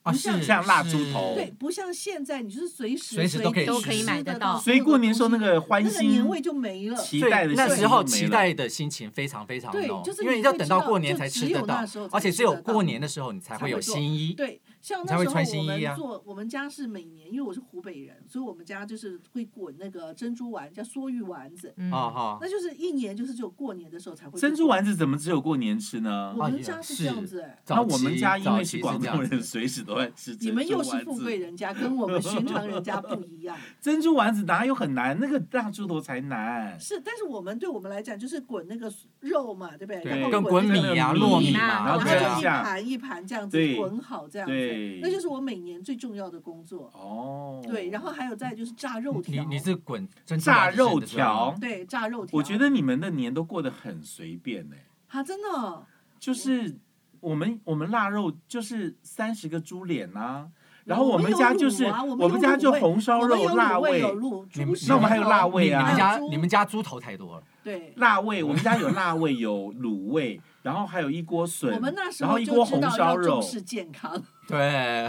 S2: 啊，
S4: 不
S2: 是
S4: 像
S1: 像蜡烛头
S4: 对，不像现在你就是随
S2: 哦
S4: 时
S2: 随时都可以
S4: 地
S2: 都可以
S4: 吃
S5: 买
S4: 得
S5: 得到
S1: 所以过年时候那
S4: 个
S1: 个
S4: 东
S1: 欢
S4: 西那个
S1: 欣
S4: 年味就没了。
S1: 期待的
S2: 那
S1: 心
S2: 时
S1: 情
S2: 候
S1: 就没
S2: 期
S1: 了
S2: 待的心情非常非常
S4: 对
S2: 浓
S4: 就，是
S2: 哦因为
S4: 你
S2: 要
S4: 会
S2: 等
S4: 知
S2: 到
S4: 道
S2: 过年
S4: 就
S2: 才
S4: 只
S2: 吃得
S4: 有那
S2: 到
S4: 时候，才
S2: 而且
S4: 吃
S2: 只有
S4: 得到
S2: 过年的时候你才会有新衣。
S4: 对，像
S2: 你才
S4: 那
S2: 会
S4: 时候
S2: 穿新
S4: 我
S2: 衣
S4: 们
S2: 啊
S4: 做，我们家是每年，因为我是湖北人，所以我们家就是会滚那个珍珠丸，叫梭鱼丸子，
S5: 嗯
S2: 啊哈，
S4: 那就是一年就是只有过年的时候才会去
S1: 珍珠
S4: 做
S1: 丸子怎么只有过年吃呢？
S4: 我
S2: 啊
S4: 们
S2: 也
S4: 家是
S2: 是
S4: 这样子、哎，
S1: 那
S2: 早期
S1: 我们家因为
S2: 早期
S1: 广
S2: 这样
S1: 东人，
S2: 子
S1: 随时都在吃
S4: 你
S1: 珍
S4: 们
S1: 珠
S4: 又是
S1: 丸
S4: 富贵
S1: 子。
S4: 人家，跟我们寻常人 家不一样。
S1: 珍珠丸子哪有很难？那个大猪头才难。
S4: 是，但是我们对我们来讲就是滚那个肉嘛，对不对？
S1: 对
S4: 然后
S2: 跟滚
S4: 滚那个
S2: 米啊、
S1: 米
S2: 糯
S3: 米
S2: 米
S3: 嘛
S2: 嘛，
S1: 然
S4: 然
S1: 后
S4: 后
S1: 对
S2: 对
S1: 啊
S4: 它就
S2: 啊
S4: 一，盘一盘这样子
S1: 对
S4: 滚好这样子
S1: 对，
S4: 那就是我每年最重要的工作。
S1: 哦，
S4: 对，然后还有再就是炸肉
S2: 你
S4: 条，
S2: 你是滚真正
S1: 炸
S2: 的是
S1: 肉
S2: 的时候
S1: 条，
S4: 对炸肉条，
S1: 我觉得你们的年都过得很随便呢、
S4: 啊，真的哦
S1: 就是我们我们腊肉就是三十个猪脸呐、然后
S4: 我
S1: 们
S4: 有
S1: 家
S4: 卤
S1: 就是、
S4: 啊我
S1: 我
S4: 们有
S1: 家
S4: 卤
S1: 就
S4: 味
S1: 红烧
S4: 我们
S1: 肉、
S4: 有卤
S1: 辣
S4: 味
S1: 味、
S4: 有卤
S2: 你
S4: 猪
S2: 们
S4: 舌头，
S1: 那我们还有辣味
S2: 你
S1: 啊
S2: 们
S4: 还
S2: 家
S4: 有猪
S2: 你们家猪头太多了，
S4: 对。
S1: 辣味，我们家有辣味，有卤味，然后还有一锅笋，
S4: 我们那时
S1: 然后
S4: 候
S1: 一
S4: 就
S1: 锅
S4: 知
S1: 红
S4: 道
S1: 烧
S4: 要
S1: 肉
S4: 重，视健康，
S2: 对，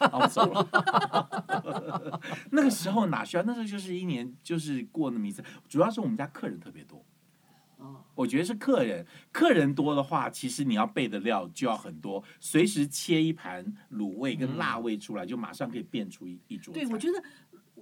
S1: 哦，我走了。 那个时候哪需要？那时候就是一年就是过那么一次，主要是我们家客人特别多。
S4: 哦，
S1: 我觉得是客人，客人多的话，其实你要备的料就要很多，随时切一盘卤味跟辣味出来，就马上可以变出一一桌菜。
S4: 对，我觉得，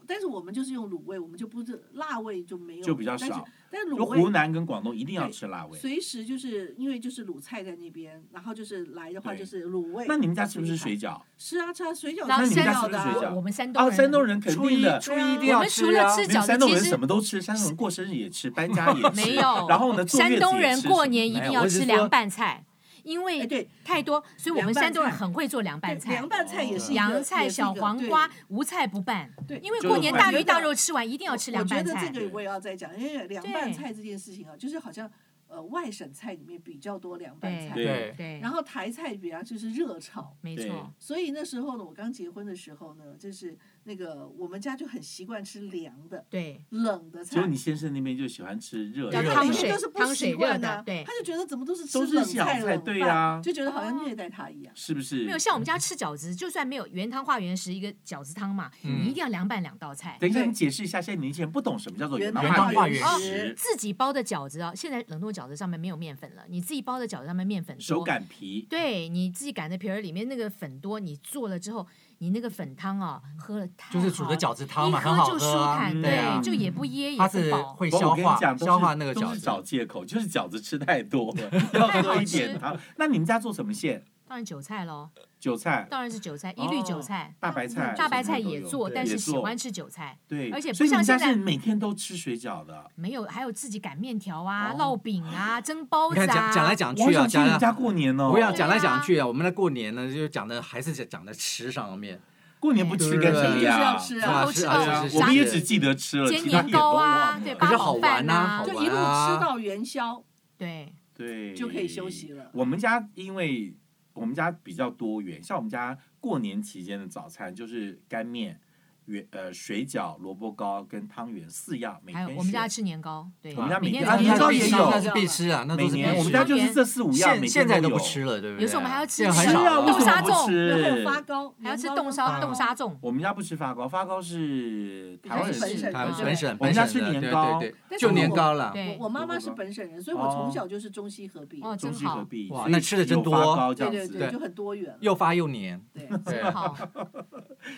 S4: 但是我们就是用卤味，我们就不是辣味就没有，
S1: 就比较
S4: 但是
S1: 少。
S4: 但是
S1: 就
S4: 卤
S1: 湖
S4: 味
S1: 南跟广东一定要吃辣味。
S4: 随时就是因为就是卤菜在那边，然后就是来的话
S1: 对
S4: 就是卤味。
S1: 那你们家吃不吃水？饺？
S4: 是啊，吃啊，水饺
S5: 然后
S1: 那
S4: 是
S1: 你们家
S5: 山
S1: 是
S4: 要
S1: 不
S4: 的
S1: 是
S4: 啊
S1: 水饺
S5: 我们山东
S1: 啊，
S5: 人，
S1: 山东人肯
S2: 初
S1: 定
S2: 一
S1: 的。
S2: 初一一定
S5: 我
S2: 要
S5: 们除
S2: 吃
S5: 了
S2: 啊，
S5: 吃
S1: 你们
S5: 饺
S1: 山东人
S5: 子，其
S1: 什
S5: 实
S1: 么都吃，山东人过生日也吃，搬 家也吃，
S5: 没有
S1: 然后呢，坐月子
S5: 山
S1: 也
S5: 东人
S1: 吃
S5: 过年一定要吃凉拌菜，因
S4: 哎，
S5: 为
S4: 对，
S5: 太多，所以我们山东人很会做凉拌
S4: 对
S5: 菜
S4: 凉。拌菜也是一个
S5: 洋菜、
S4: 也是一
S5: 小
S4: 个
S5: 黄
S4: 对
S5: 瓜，无菜不拌。
S4: 对，
S5: 因为
S1: 就是
S5: 过年大
S1: 会
S5: 鱼大肉吃完，一定要吃凉拌
S4: 我觉
S5: 菜
S4: 得。这个我也要再讲，因为凉拌菜这件事情啊，就是好像呃外省菜里面比较多凉拌
S1: 对
S4: 菜，
S2: 对，
S3: 对，
S4: 然
S3: 后
S4: 后台菜比较就是热炒。
S5: 没
S1: 对
S5: 错，
S4: 所以那时候呢，我刚结婚的时候呢，就是那个我们家就很习惯吃凉的、
S5: 对，
S4: 冷的
S1: 结
S4: 菜
S1: 果你，先生那边就喜欢吃热
S5: 嗯叫
S1: 的，
S4: 他
S5: 汤
S4: 们
S5: 水
S4: 就是不
S5: 汤水
S4: 习
S5: 热
S4: 惯
S5: 的
S4: 啊
S5: 对
S4: 他就觉得怎么都是吃
S1: 都是
S4: 冷
S1: 小
S4: 菜
S1: 菜
S4: 冷
S1: 对
S4: 饭
S1: 啊
S4: 就觉得好像
S5: 哦
S4: 虐待他一样。
S1: 是不是？
S5: 没有像我们家吃饺子，就算没有原汤化原食一个饺子汤嘛，
S2: 嗯
S5: 你一定要凉拌两道菜。
S1: 等一下，
S4: 对
S1: 你解释一下，现在年轻人不懂什么叫做
S4: 原
S1: 汤
S2: 汤
S1: 化
S2: 化
S1: 原
S2: 原
S1: 食，
S5: 自己包的饺子啊，现在冷冻饺子上面没有面粉了，你自己包的饺子上面面粉多
S1: 手擀皮，
S5: 对，你自己擀的皮儿里面那个粉多，你做了之后，你那个粉汤啊，喝了太
S2: 就是煮
S5: 好
S2: 的
S5: 了
S2: 饺子汤嘛，
S5: 一
S2: 很
S5: 喝
S2: 好
S5: 就舒
S2: 喝啊，
S5: 坦，
S2: 对啊
S5: 对，，就也不噎也
S2: 它
S5: 不
S2: 是
S5: 饱。
S2: 会
S1: 不过
S2: 消
S1: 我跟你
S2: 化
S1: 讲，都是
S2: 消化那个
S1: 都
S2: 饺
S1: 是
S2: 子，
S1: 找借口， 就是饺子吃太多， 要
S5: 太好
S1: 喝一
S5: 吃
S1: 点汤。那你们家做什么馅？
S5: 当然韭菜喽，
S1: 韭菜、
S5: 当然是韭菜，一律
S1: 哦
S5: 韭菜。
S1: 大白菜、
S5: 嗯大白菜
S1: 什么都
S5: 也
S1: 有
S5: 做，
S1: 对
S5: 但
S1: 也
S5: 是喜
S1: 做
S5: 欢吃韭菜，
S1: 对，
S5: 而且不
S1: 所以你们
S5: 像
S1: 家
S5: 现在
S1: 是每天都吃水饺的。
S5: 没有还有自己擀面条啊、
S1: 哦
S5: 烙饼啊、蒸包
S2: 你
S5: 子
S2: 看讲
S5: 啊。
S2: 讲来讲
S1: 我好
S2: 去
S1: 想
S2: 啊，
S1: 去
S2: 讲
S1: 你
S2: 来
S1: 们家过年哦！
S2: 不要讲
S5: 对
S2: 来
S5: 啊
S2: 讲去啊，我们的过年呢，就讲的还是讲的吃上面，
S1: 过年不吃干什么
S4: 就是要
S1: 呀？
S4: 吃
S2: 啊
S4: 啊，
S2: 是
S5: 吃
S2: 啊是
S5: 到
S2: 是是
S1: 我们也
S2: 是
S1: 只记得吃了，
S5: 煎
S1: 其他
S5: 年
S1: 也都
S5: 糕
S1: 忘
S5: 啊
S1: 了。
S5: 对
S2: 可
S5: 吧
S2: 是好玩呐、
S5: 八宝饭啊
S2: 好
S4: 就一
S2: 玩
S4: 路
S2: 啊
S4: 吃，到元宵，
S5: 对，
S1: 对，
S4: 就可以休息了
S1: 我们家因为我们家比较多元，像我们家过年期间的早餐就是干面、圆呃水饺、萝卜糕跟汤圆四样，每
S5: 还
S1: 天
S5: 有我们家
S1: 选
S5: 吃年糕，对，
S1: 我们家每
S5: 每天
S1: 天
S5: 早
S1: 啊
S5: 上
S1: 年糕也
S5: 都吃年
S1: 有
S2: 那是必吃啊，那
S1: 每
S2: 都是必
S1: 年
S2: 吃。
S1: 我们家就是这四五样，每
S2: 现现在都
S1: 有
S2: 不吃。了，对不对？
S5: 有时候我们还要吃
S2: 现在很
S1: 是
S2: 少
S1: 啊，
S2: 了
S1: 为什
S5: 沙
S1: 么不
S5: 粽
S4: 然后还有
S1: 吃？
S4: 发糕，
S5: 还要吃
S4: 年糕
S5: 冻
S4: 跟
S5: 烧
S1: 啊
S4: 发
S5: 冻
S4: 糕
S5: 沙 粽，
S1: 我们家不吃发糕，发糕是台湾人
S4: 本
S1: 吃
S4: 省
S1: 的。
S5: 的
S2: 台湾
S5: 对
S2: 哎本省
S1: 我们
S2: 本
S1: 家
S2: 省的
S1: 吃年
S2: 对
S1: 糕
S2: 对对，
S4: 但
S2: 就是年
S4: 我
S2: 糕了。
S5: 对
S4: 我我妈妈是
S1: 萝卜糕
S4: 本省人，所以
S1: 哦
S4: 我从小就是中西合璧，
S5: 哦，
S1: 中
S5: 真
S1: 西合
S5: 好，
S1: 璧，
S2: 哇
S1: 所以
S2: 那吃得真多
S1: 有发糕这
S4: 对
S1: 样
S4: 对
S1: 子。
S4: 对，就很多元了。
S2: 又发又黏，
S4: 对，
S2: 对
S5: 真好，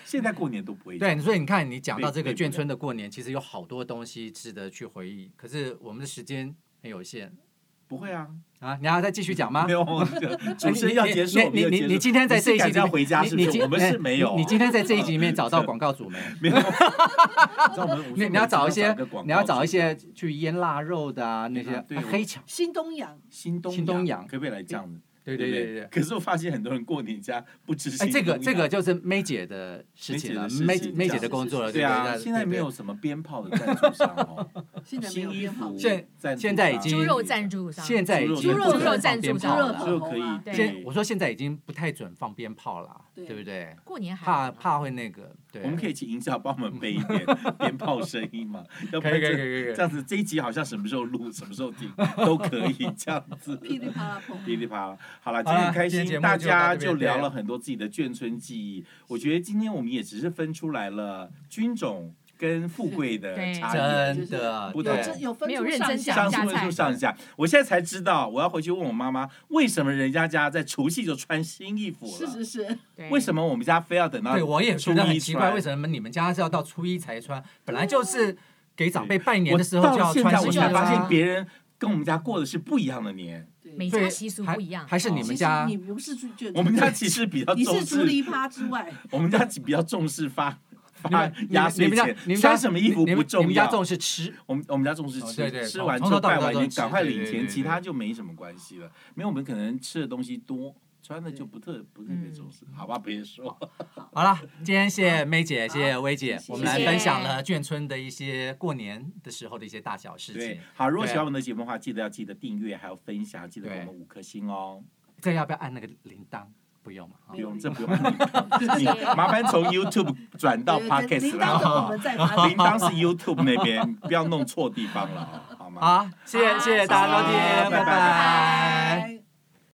S1: 现在过年都不会。
S2: 对，所以你看，你讲到这
S1: 对
S2: 个
S1: 对
S2: 眷村的过年，其实有好多东西值得去回忆。可是我们的时间很有限
S1: 不会啊，
S2: 啊，你还要再继续讲 吗
S1: 没？有，主持人要结束，我们
S2: 你
S1: 就结
S2: 你你
S1: 束
S2: 你今天在这一集
S1: 你是赶着要回家
S2: 你
S1: 是不
S2: 你今
S1: 是？
S2: 哎
S1: 我们是没有，
S2: 你你今天在这一集里面找到广告主没？
S1: 没有。你知道我 们武术
S2: 你
S1: 每
S2: 你要
S1: 次都
S2: 找一些
S1: 个广告
S2: 你要找一些
S1: 词
S2: 去腌腊肉的啊，那些
S1: 对啊对
S2: 啊黑巧，
S4: 新东阳，
S1: 新东
S2: 新东阳
S1: 可不可以来这样子？
S2: 对对
S1: 对
S2: 对
S1: 不
S2: 对对。
S1: 可是我发现很多人过年家不吃新
S2: 哎，这
S1: 东
S2: 个
S1: 阳
S2: 这个就是 May 姐的事情
S1: May
S2: 了
S1: 姐的事情这
S2: ，May
S1: 样
S2: May 姐的工作了，
S1: 对
S2: 不
S1: 啊，
S2: 对？
S1: 现在没有什么鞭炮的赞助商 哦，
S4: 现在没
S1: 新
S4: 有
S1: 衣
S4: 变好
S1: 服，
S2: 现
S1: 赞助
S2: 现在已
S1: 商
S2: 经
S5: 猪肉赞助商，
S2: 现在已经
S1: 猪肉
S2: 不可以
S5: 猪肉
S2: 放
S5: 赞助
S2: 鞭
S5: 猪
S2: 炮
S5: 肉
S2: 了
S4: 赞
S1: 猪肉可以
S4: 啊，
S5: 对
S2: 现我说现在已经不太准放鞭炮了，
S4: 对
S2: 对不对？
S5: 过年还
S2: 怕
S5: 好啦
S2: 怕会那个，对，
S1: 我们可以请音效帮我们背一 点鞭炮声音嘛？要不
S2: 可
S1: 然
S2: 以可以可
S1: 这
S2: 以可以
S1: 这样子，这一集好像什么时候录，什么时候听都可以这样子。
S4: 噼里啪啦碰。
S1: 噼里啪啦，好了，
S2: 好
S1: 今
S2: 啦
S1: 天很开
S2: 今天
S1: 心
S2: 节，目
S1: 大
S2: 就到
S1: 家
S2: 这边
S1: 就聊了很多自己的眷村记忆。我觉得今天我们也只是分出来了军种跟富贵的
S5: 对
S1: 差异。
S2: 真的
S1: 不
S4: 有
S1: 懂
S2: 对
S1: 这
S4: 真有分
S5: 没有
S4: 出
S5: 认
S4: 上
S5: 真
S4: 下
S1: 上
S5: 讲
S1: 次
S5: 下
S1: 问
S5: 菜
S1: 出上下，我现在才知道，我要回去问我妈妈，为什么人家家在除夕就穿新衣服了？
S4: 是是是，
S5: 对
S1: 为什么我们家非要等到
S2: 对，我也觉得
S1: 初
S2: 很
S1: 一
S2: 奇怪，
S1: 穿
S2: 为什么你们家是要到初一才穿？本来就是给长辈拜年
S1: 我
S2: 的时候
S1: 到
S2: 就
S1: 了
S2: 要
S1: 现
S2: 穿
S1: 在
S2: 新
S1: 我
S2: 衣
S1: 才
S2: 服啊
S1: 发现
S2: 啦
S1: 别人跟我们家过的是不一样的年。
S4: 对
S5: 每
S2: 对
S5: 家习俗
S2: 还
S5: 不一样，
S2: 还是你
S4: 哦其
S2: 们
S4: 实
S2: 家
S4: 你不是去眷村，
S1: 我们家其实比较
S4: 你
S1: 重
S4: 是除
S1: 视，
S4: 篱笆之外，
S1: 我们家比较重视发
S2: 你
S1: 发
S2: 们你
S1: 啊压
S2: 们你
S1: 岁
S2: 们家
S1: 钱
S2: 你，们家
S1: 穿什么衣服
S2: 你
S1: 不
S2: 们你
S1: 重
S2: 们家
S1: 要。
S2: 重视吃，
S1: 我们我们家重视
S2: 哦
S1: 吃，
S2: 对对
S1: 吃
S2: 从
S1: 完
S2: 从
S1: 之后
S2: 头到
S1: 拜
S2: 尾
S1: 完
S2: 都
S1: 年
S2: 吃
S1: 赶快
S2: 对
S1: 领
S2: 对
S1: 钱，
S2: 对
S1: 其
S2: 对
S1: 他就没什么关系了。没有，我们可能吃的东西多，穿的就不特不特别
S5: 嗯
S1: 重视，好吧？别说，
S2: 好了，今天谢谢梅姐，
S4: 好
S2: 谢谢薇姐
S4: 谢，谢
S2: 我们来分享了眷村的一些过年的时候的一些大小事
S1: 对
S2: 情。，
S1: 好，如果喜
S2: 对
S1: 欢我们的节目的话，记得要记得订阅，还有分享，记得给我
S2: 对
S1: 们五颗星哦。
S2: 这要不要按那个铃铛？不用嘛。哈
S1: 不
S4: 没有
S1: 用，
S4: 铃
S1: 这不用， 你麻烦从 YouTube 转到
S4: 对对
S1: Podcast
S4: 铃铛等
S1: 啦。
S4: 我们再 发
S1: 铃铛是 YouTube 那边，不要弄错地方了，好吗？
S2: 好，谢谢谢谢大家收听
S1: 好，拜拜
S2: 拜拜。